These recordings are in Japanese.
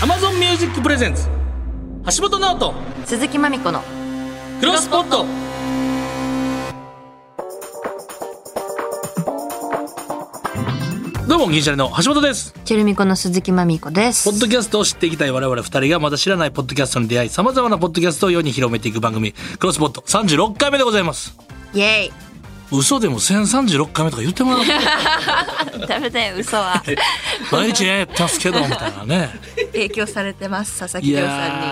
Amazon Music Presents 橋本直人鈴木まみこのクロスポットどうも銀シャリの橋本ですチェルミコの鈴木まみこですポッドキャストを知っていきたい我々二人がまだ知らないポッドキャストに出会いさまざまなポッドキャストを世に広めていく番組クロスポット36回目でございますイエ嘘でも1036回目とか言ってもらうイダメだよ 嘘は 毎日ねやってますけどみたいなね影響されてます佐々い木亮やさんに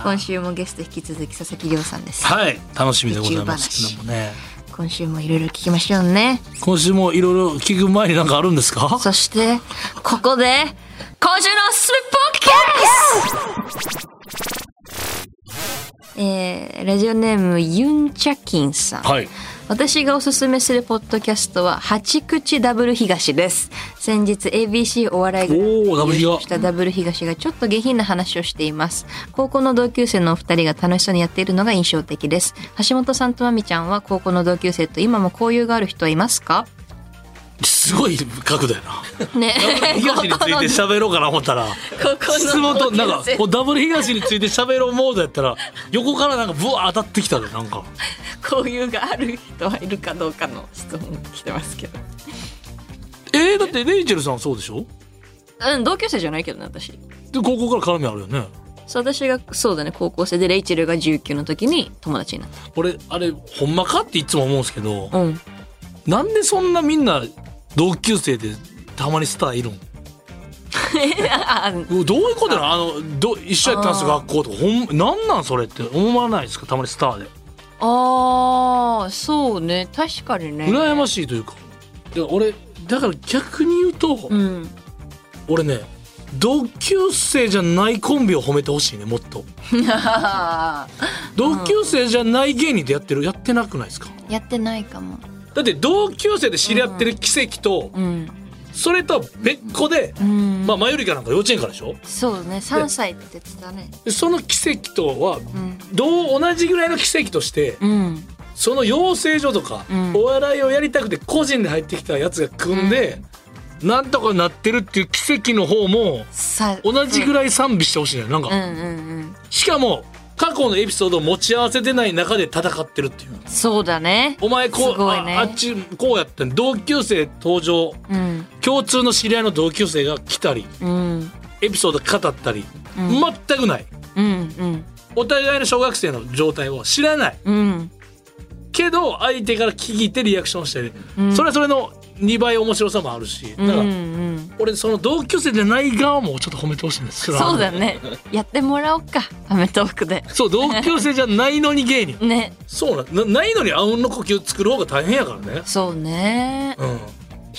ー今週もゲスト引き続き佐々木亮さんですはい楽しみでございますけどもね今週もいろいろ聞きましょうね今週もいろいろ聞く前になんかあるんですかそしてここで今週のおすすめポッドキャストえー、ラジオネームユンチャキンさん、はい私がおすすめするポッドキャストは八口ダブル東です先日 ABC お笑いグランプリでおーダブル東優勝したダブル東がちょっと下品な話をしています高校の同級生のお二人が楽しそうにやっているのが印象的です橋本さんとまみちゃんは高校の同級生と今も交友がある人はいますかすごい角度や なね東について喋ろうかな思ったら 高校の質問となん同か級生こうダブル東について喋ろうモードやったら横からなんかブワー当たってきたでなんか交友がある人はいるかどうかの質問来てますけどえー、だってレイチェルさんそうでしょうん同級生じゃないけどね私で高校から絡みあるよねそう私がそうだね高校生でレイチェルが19の時に友達になっ俺あれほんまかっていつも思うんですけどたうんなんでそんなみんな同級生でたまにスターいるんあうどういうことなのあのど一緒やったんですよあ学校とかほんなんなんそれって思わないですかたまにスターで あーそうね確かにね羨ましいというかだから俺だから逆に言うと、うん俺ね同級生じゃないコンビを褒めてほしいねもっとや同級生じゃない芸人でやって るやってなくないですかってないかもだって同級生で知り合ってる奇跡と、うんそれとは別個で、うん、まあマユリカなんか幼稚園からでしょそうね3歳って言ってたねでその奇跡とはうんどう同じぐらいの奇跡としてうんその養成所とか、うんお笑いをやりたくて個人で入ってきたやつが組んで、なんとかなってるっていう奇跡の方もさ同じぐらい賛美してほしいねなんか、うんうんうんしかも過去のエピソードを持ち合わせてない中で戦ってるっていうそうだねお前こすう、ごいねああっちこうやってん同級生登場うん共通の知り合いの同級生が来たりうんエピソード語ったり、うん全くないうんうんお互いの小学生の状態を知らないうんけど相手から聞いてリアクションしたり、うんそれはそれの2倍面白さもあるしだうんから、うん俺その同級生じゃない側もちょっと褒めてほしいんですそうだねやってもらおうかアメトークでそう同級生じゃないのに芸人ねそうななないのにあうんの呼吸作る方が大変やからねそうねうん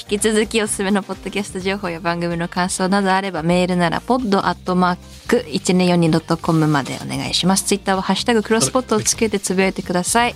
引き続きおすすめのポッドキャスト情報や番組の感想などあればメールなら pod.1242.com までお願いしますツイッターは「ハッシュタグクロスポット」をつけてつぶやいてください、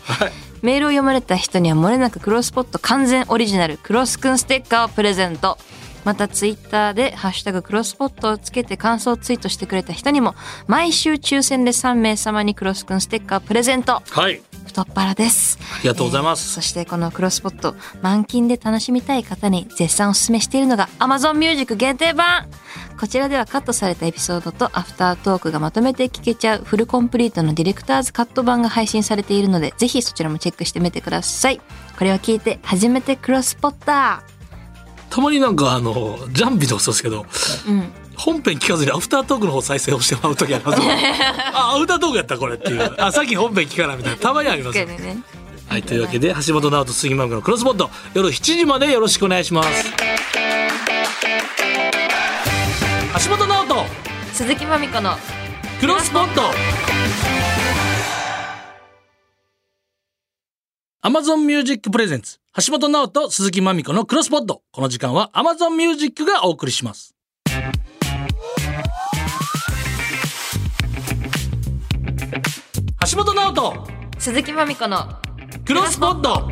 メールを読まれた人にはもれなくクロスポット完全オリジナルクロスくんステッカーをプレゼントまたツイッターで「ハッシュタグクロスポット」をつけて感想をツイートしてくれた人にも毎週抽選で3名様にクロスくんステッカーをプレゼントはい太っ腹ですありがとうございまえーす、そしてこのクロスポット満勤で楽しみたい方に絶賛おすすめしているのが Amazon Music 限定版こちらではカットされたエピソードとアフタートークがまとめて聞けちゃうフルコンプリートのディレクターズカット版が配信されているのでぜひそちらもチェックしてみてくださいこれを聞いて初めてクロスポッタたまになんかあのジャンビとかそうですけどーうん本編聞かずにアフタートークの方再生をしてもらう時あり ますあアフタートークやったこれっていうあさっき本編聞かないみたいなたまにあります確かにねはいというわけで橋本直人杉漫画のクロスボット夜7時までよろしくお願いします橋本直人鈴木まみこのクロスポット Amazon Music Presents 橋本直人鈴木まみこのクロスポットこの時間は Amazon Music がお送りします橋本直人鈴木まみこのクロスポット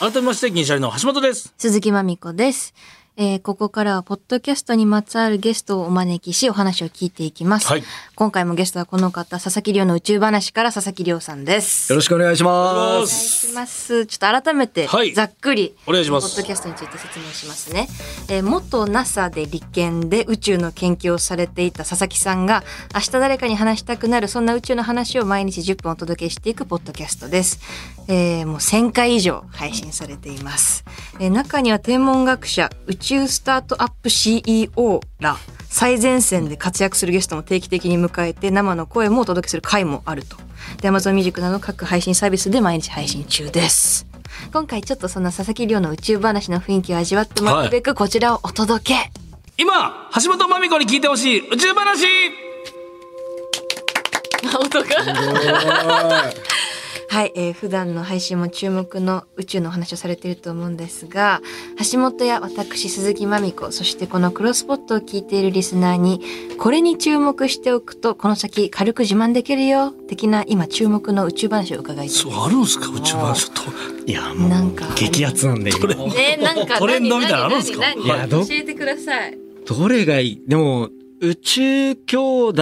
改めまして銀シャリの橋本です鈴木まみこです、えーここからはポッドキャストにまつわるゲストをお招きしお話を聞いていきます、はい今回もゲストはこの方佐々木亮の宇宙話から佐々木亮さんですよろしくお願いしお願まいす。ししますちょっと改めてはいざっくり、お願いしますポッドキャストについて説明しますね、えー元 NASA で理研で宇宙の研究をされていた佐々木さんが明日誰かに話したくなるそんな宇宙の話を毎日10分お届けしていくポッドキャストです、えーもう1000回以上配信されています、えー中には天文学者宇宙スタートアップ CEO ら最前線で活躍するゲストも定期的に迎えて生の声もお届けする回もあるとで Amazon Music など各配信サービスで毎日配信中です今回ちょっとそんな佐々木亮の宇宙話の雰囲気を味わってもらうべくこちらをお届け、今、橋本まみ子に聞いてほしい宇宙話音が はい、えー普段の配信も注目の宇宙のお話をされていると思うんですが橋本や私鈴木まみ子そしてこのクロスポットを聞いているリスナーにこれに注目しておくとこの先軽く自慢できるよ的な今注目の宇宙話を伺いたいですそう、あるんすか宇宙話と。いや、なんもうか、激アツなんで、今 えー、なんかトレンドみたいなのあるん何すか何いや何ど教えてください。どれがいいでも、宇宙兄弟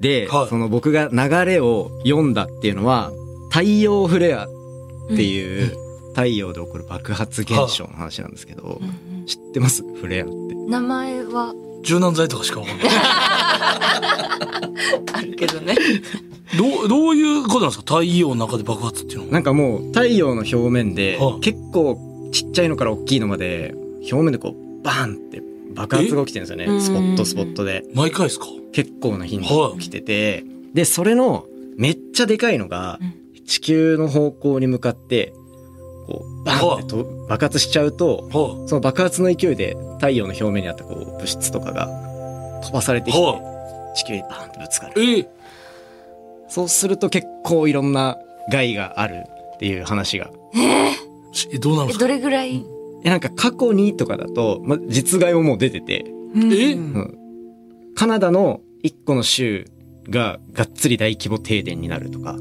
で、はいその僕が流れを読んだっていうのは、太陽フレアっていう、太陽で起こる爆発現象の話なんですけど、うんうん知ってますフレアって。名前は柔軟剤とかしかわかんない。あるけど ね。どう、どういうことなんですか太陽の中で爆発っていうのは。なんかもう、太陽の表面ではあ、結構ちっちゃいのから大きいのまで、表面でこう、バーンって爆発が起きてるんですえよね。スポットスポットで。毎回ですか結構な頻は度い来てて、で、それのめっちゃでかいのがうん、地球の方向に向かって、こう、バーンってと爆発しちゃうと、はその爆発の勢いで太陽の表面にあったこう物質とかが飛ばされてい。きて、は地球にバーンってぶつかい。る。えーそうすると結構いろんな害があるっていう話が。しえ、どうなるんえですかどれぐらい？え、なんか過去にとかだと、ま、実害ももう出てて、えうんカナダの一個の州ががっつり大規模停電になるとか、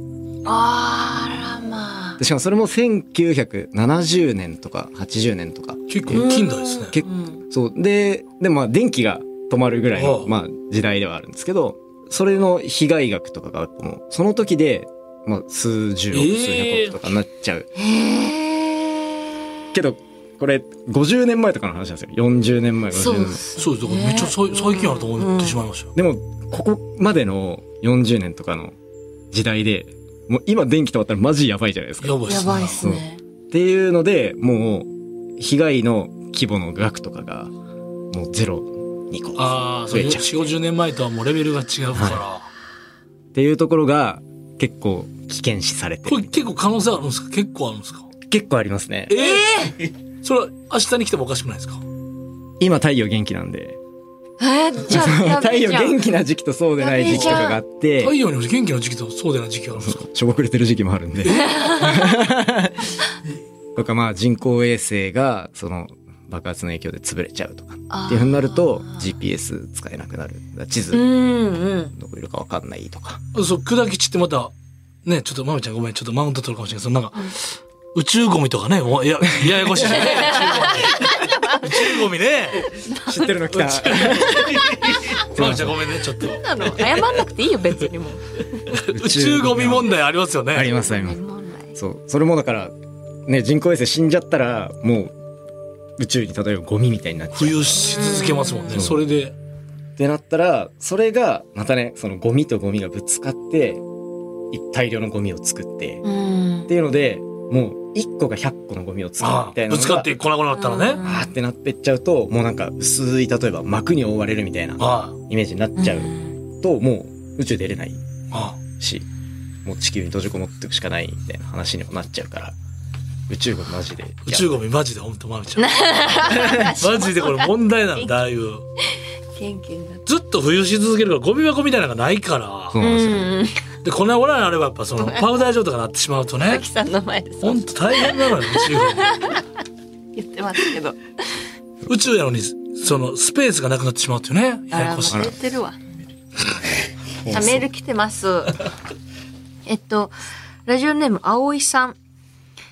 あらまあで。しかもそれも1970年とか80年とか結構近代ですね。結構そうででもまあ電気が止まるぐらいの、はあまあ、時代ではあるんですけどそれの被害額とかがもうその時で、まあ、数十億、えー数百億とかになっちゃうへえ。けどこれ50年前とかの話なんですよ40年前50そう年で前すね。そうです。だからめっちゃさい最近あると思ってしまいましたよ。でもここまでの40年とかの時代でもう今電気止まったらマジやばいじゃないですかやっばいっやすばいねっ。すね。ていうのでもう被害の規模の額とかがもうゼロにこうああ、そ増う、え4、ちゃう50年前とはもうレベルが違うかっていうところが結構危険視されら。てこれる。結構可能性あるんですか結構あるんですか結構ありますね。ええそれは明日に来てもおかしくないですか今太陽元気なんで。えーじゃあや太べえ陽じゃん元気な時期とそうでない時期とかがあって太、陽により元気な時期とそうでない時期があるんですかちょぼくれてる時期もあるんで。とかまあ人工衛星がその爆発の影響で潰れちゃうとかっていうふうになるとあー GPS 使えなくなる。だから地う図んうん。どこいるかわかんないとか。そう、砕き散ってまた、ね、ちょっと、まみちゃんごめん、ちょっとマウント取るかもしれないそのなんか、宇宙ゴミとかね、もう、いや、ややこしい ですね。宇宙ゴミね。知ってるの来 た。まみちゃんごめんね、ちょっと。あの謝んなくていいよ別にもう。宇宙ゴミ問題ありますよね。ありますあります。そう。それもだから、ね、人工衛星死んじゃったら、もう、宇宙に例えばゴミみたいになっちゃう。浮遊し続けますもんうね。んそれで、ってなったら、それが、またね、そのゴミとゴミがぶつかって、い大量のゴミを作って、うっん。ていうので、もう、1個が100個のゴミを作るあみたいあなのぶつが。かって粉々になったらね。あーってなってっちゃうと、もうなんか、薄い、例えば膜に覆われるみたいなあイメージになっちゃううんと、もう、宇宙出れないあ、あし、もう地球に閉じこもっていくしかないみたいな話にもなっちゃうから、宇宙がマジで。宇宙ゴミマジでほんとま みちゃん。マジでこれ問題なんだ、だいぶ。元気になっずっと浮遊し続けるから、ゴミ箱みたいなのがないから。そうなんですよ。うん。で、粉々になればやっぱその、パウダー状とかなってしまうと ね滝。さんの前でそほうんと大変なのよ、宇宙ゴミ。言ってますけど。宇宙やのに、その、スペースがなくなってしまうっていうね。あややら、こしい 忘れてるわ。あメール来てます。えっと、ラジオネーム、葵さん。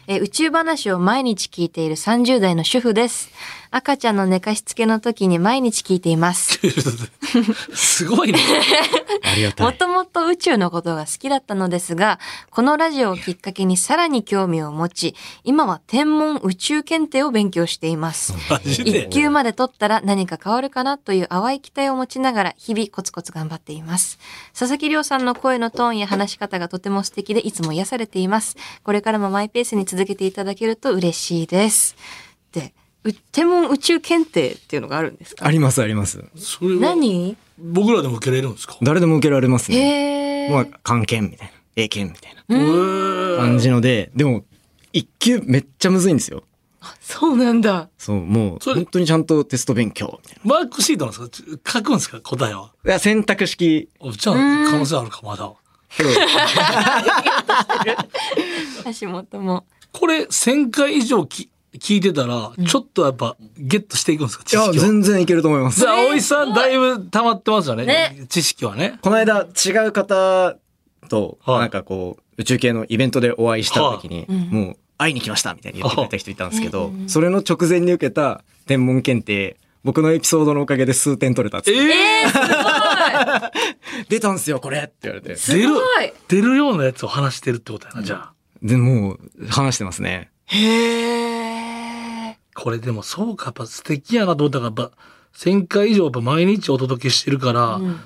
えー宇宙話を毎日聞いている30代の主婦です。赤ちゃんの寝かしつけの時に毎日聞いています。すごいね。ありがたもい。ともと宇宙のことが好きだったのですが、このラジオをきっかけにさらに興味を持ち、今は天文宇宙検定を勉強しています。マジで一。級まで取ったら何か変わるかなという淡い期待を持ちながら日々コツコツ頑張っています。佐々木亮さんの声のトーンや話し方がとても素敵でいつも癒されています。これからもマイペースに続けていただけると嬉しいです。で、う天文宇宙検定っていうのがあるんですかありますあります。それは何僕らでも受けれるんですか誰でも受けられますへね。え。まあ、関係みたいな。英検みたいなえ感じので、でも、一級めっちゃむずいんですよ。そうなんだ。そう、もう、それ本当にちゃんとテスト勉強みたいな。マークシートなんですか書くんですか答えは。いや、選択式。おじゃあ、うん可能性あるか、まだ。そう 橋本も。これ、1000回以上き聞いてたら、ちょっとやっぱ、ゲットしていくんですか知いや、識を。全然いけると思いますじ。ゃあ、葵さん、だいぶ溜まってますよね。ね知識はね。この間、違う方と、はいなんかこう、宇宙系のイベントでお会いした時に、はいうんもう、会いに来ましたみたいに言ってくれた人いたんですけはどいうんう、んそれの直前に受けた天文検定、僕のエピソードのおかげで数点取れたっつってえええー、すごい出たんすよ、これって言われて。すごい出るようなやつを話してるってことやな、じゃあ。で、もう、話してますね。へえ。これでもそうか、やっぱ素敵やなと思ったから、やっぱ、1000回以上やっぱ毎日お届けしてるから、うん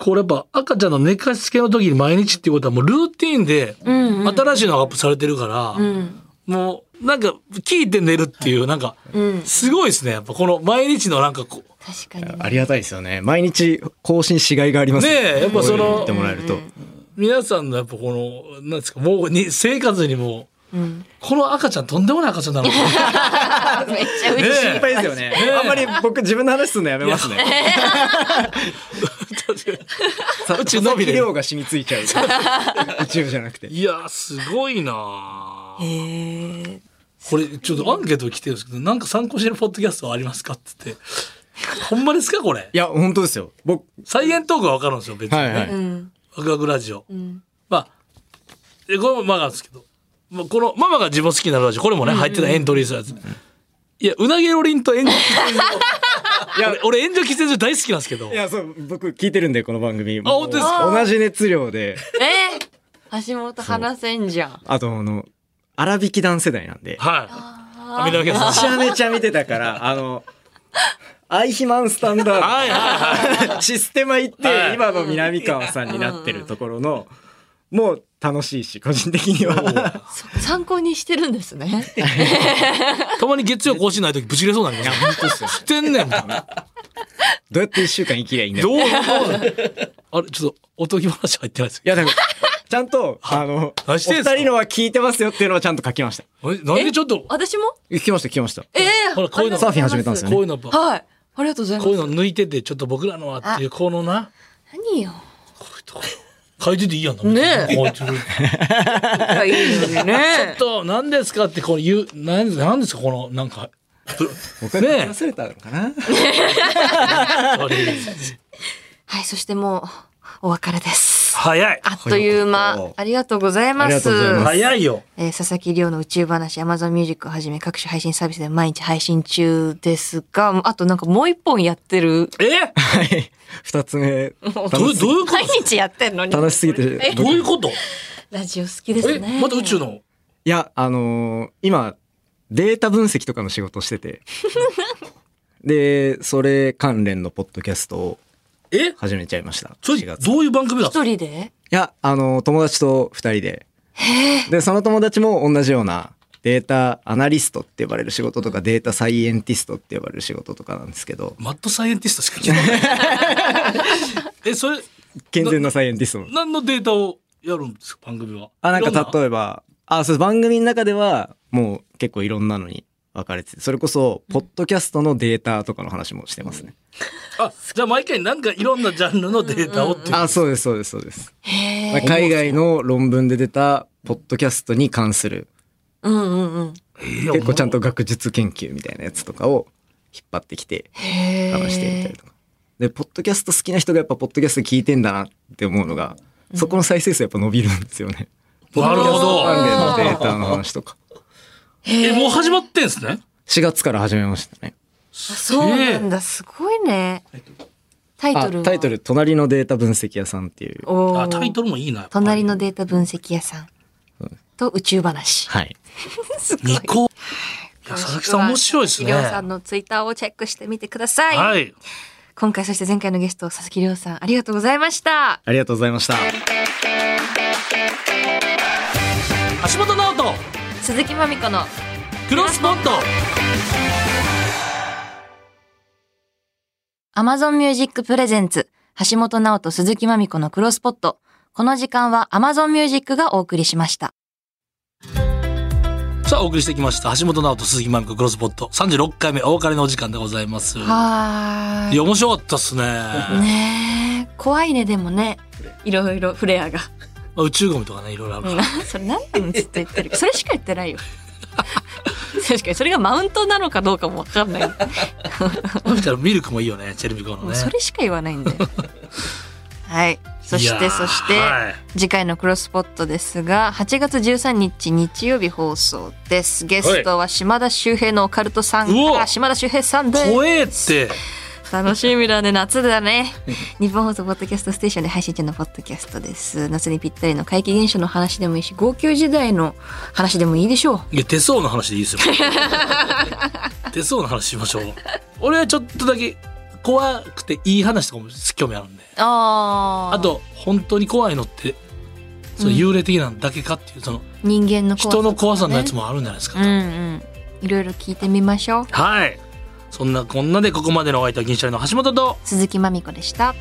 これやっぱ赤ちゃんの寝かしつけの時に毎日っていうことはもうルーティンで、うんうん新しいのがアップされてるから、うん。もうなんか聞いて寝るっていう、なんか、うん。すごいですね。やっぱこの毎日のなんかこう、確かにね。ありがたいですよね。毎日更新しがいがありますよねえやっぱそのこういう言ってもらえると。皆さんのやっぱこの、なんですか、もうに生活にもう、うん。この赤ちゃんとんでもない赤ちゃんなのかな。 あめっちゃ嬉しい。ねえ心配ですよねねえ。あんまり僕自分の話するのやめます ね。宇宙のびで量が染みついちゃう。宇宙じゃなくて。いやー、すごいなあへえ。これちょっとアンケート来てるんですけどなんか参考してるポッドキャストはありますかって言ってほんまですかこれいや、本当ですよ。僕、サイエントークは分かるんですよ別に、ねはいはいうん。ワクワクラジオうん。まあえこれもママなんですけど、まあ、このママが自分好きになるラジオこれもね入ってたエントリーするやつ、いやうなげろりんと炎上喫煙所いや俺俺炎上喫煙所大好きなんですけどいや、そう、僕聞いてるんで、この番組。あ本当ですか同じ熱量で、えー、橋本話せんじゃん。あと、あの、粗引き団世代なんで、はいあ網の毛さんめちゃめちゃ見てたから、あの、アイヒマンスタンダード。はいはいはいシステマ行って、はい今の南川さんになってるところの、もう楽しいし、個人的には。ーそ参考にしてるんですね。たまに月曜更新ない時ブチ切れそうになりますよ知ってんねんみたいなどうやって一週間生きりゃいいんだろどう。ういどうあれちょっとおとぎ話入ってないですよや、だから、ちゃんと、あの、お何二してんすか人のは聞いてますよっていうのはちゃんと書きました。えなんでちょっと私も聞きました、聞きました。ええー。ほらこういうのサーフィン始めたんですよねこういうのやっぱはい。ありがとうございますこう。いうの抜いててちょっと僕らのはっていうこのな何よ。こういうとこ書いてていいやんなねえこういうとこいいのに ね。ちょっと何ですかってこの言う何です何ですかこのなんか僕ねえ忘れたのかなはい、そしてもう、お別れです。早いあっという早か間っ、たありがとうございまありがすとうござい。ます早いよえー佐々木亮の宇宙話、Amazon Music をはじめ各種配信サービスで毎日配信中ですが、あとなんかもう一本やってる。えはい。二つ目。どう楽しすどういうこ毎日やってんのにぎ。楽しすぎて。とどういうことラジオ好きですえね。また宇宙のいや、あのー今、データ分析とかの仕事をしてて。で、それ関連のポッドキャストをえ始めちゃいました。それ4月どういう番組だ一人でいや、あの、友達と二人で。で、その友達も同じようなデータアナリストって呼ばれる仕事とか、データサイエンティストって呼ばれる仕事とかなんですけど、マッドサイエンティストしか聞いてないえそれ健全なサイエンティストの。何のデータをやるんですか番組はあ、なんいろか例えば、あ、そうです番組の中ではもう結構いろんなのに分かれてて、それこそ、ポッドキャストのデータとかの話もしてますね。あじゃあ毎回なんかいろんなジャンルのデータをっていうあ、そうです、そうです、そうです。へえ。まあ海外の論文で出た、ポッドキャストに関する、うんうんうん。結構ちゃんと学術研究みたいなやつとかを引っ張ってきて、へえ。話してみたりとか。で、ポッドキャスト好きな人がやっぱポッドキャスト聞いてんだなって思うのが、そこの再生数やっぱ伸びるんですよね。 なるほど関連の データの話とか。えもう始まってんですね4月から始めましたね。そうなんだすごいねタイトルあはタイトル「隣のデータ分析屋さん」っていうおーあタイトルもいいな。隣の。のデータ分析屋さんと宇宙話はいすごいニコ。いや佐々木さん面白いですね。佐々木亮さんのツイッターをチェックしてみてください、はい。今回そして前回のゲスト佐々木亮さんありがとうございましたありがとうございました橋本直人。鈴木まみこのクロスポット。 Amazon Music Presents 橋本直人鈴木まみこのクロスポットこの時間は Amazon Music がお送りしましたさあ、お送りしてきました。橋本直人、鈴木マミコ、クロスポット。三十六回目、お別れのお時間でございます。いはーや、面白かったっすね。いねえ怖いねでもねいろいろフレアがまあ宇宙ゴミとかね、いろいろあるから。 それ何なんずっと言ってるそれしか言ってない よ確かにそれがマウントなのかどうかも分かんない、まあ見たらミルクもいいよね、チェルミコのもうね。それしか言わない んだよはいそしいやてーそして、はい次回のクロスポットですが8月13日日曜日放送ですゲストは島田秀平のオカルトさんうかおら島田秀平さんです怖えって。楽しみだね夏だね日本放送ポッドキャストステーションで配信中のポッドキャストです夏にぴったりの怪奇現象の話でもいいし号泣時代の話でもいいでしょういや、手相の話でいいですよ。 手相の話しましょう。俺はちょっとだけ怖くていい話とかも興味あるんで。あーあと、本当に怖いのって、その幽霊的なのだけかっていう、その人間の怖さ人とかね、の怖さのやつもあるんじゃないですか。うんうんいろいろ聞いてみましょうはい。そんなこんなでここまでのお相手は銀シャリの橋本と鈴木まみこでした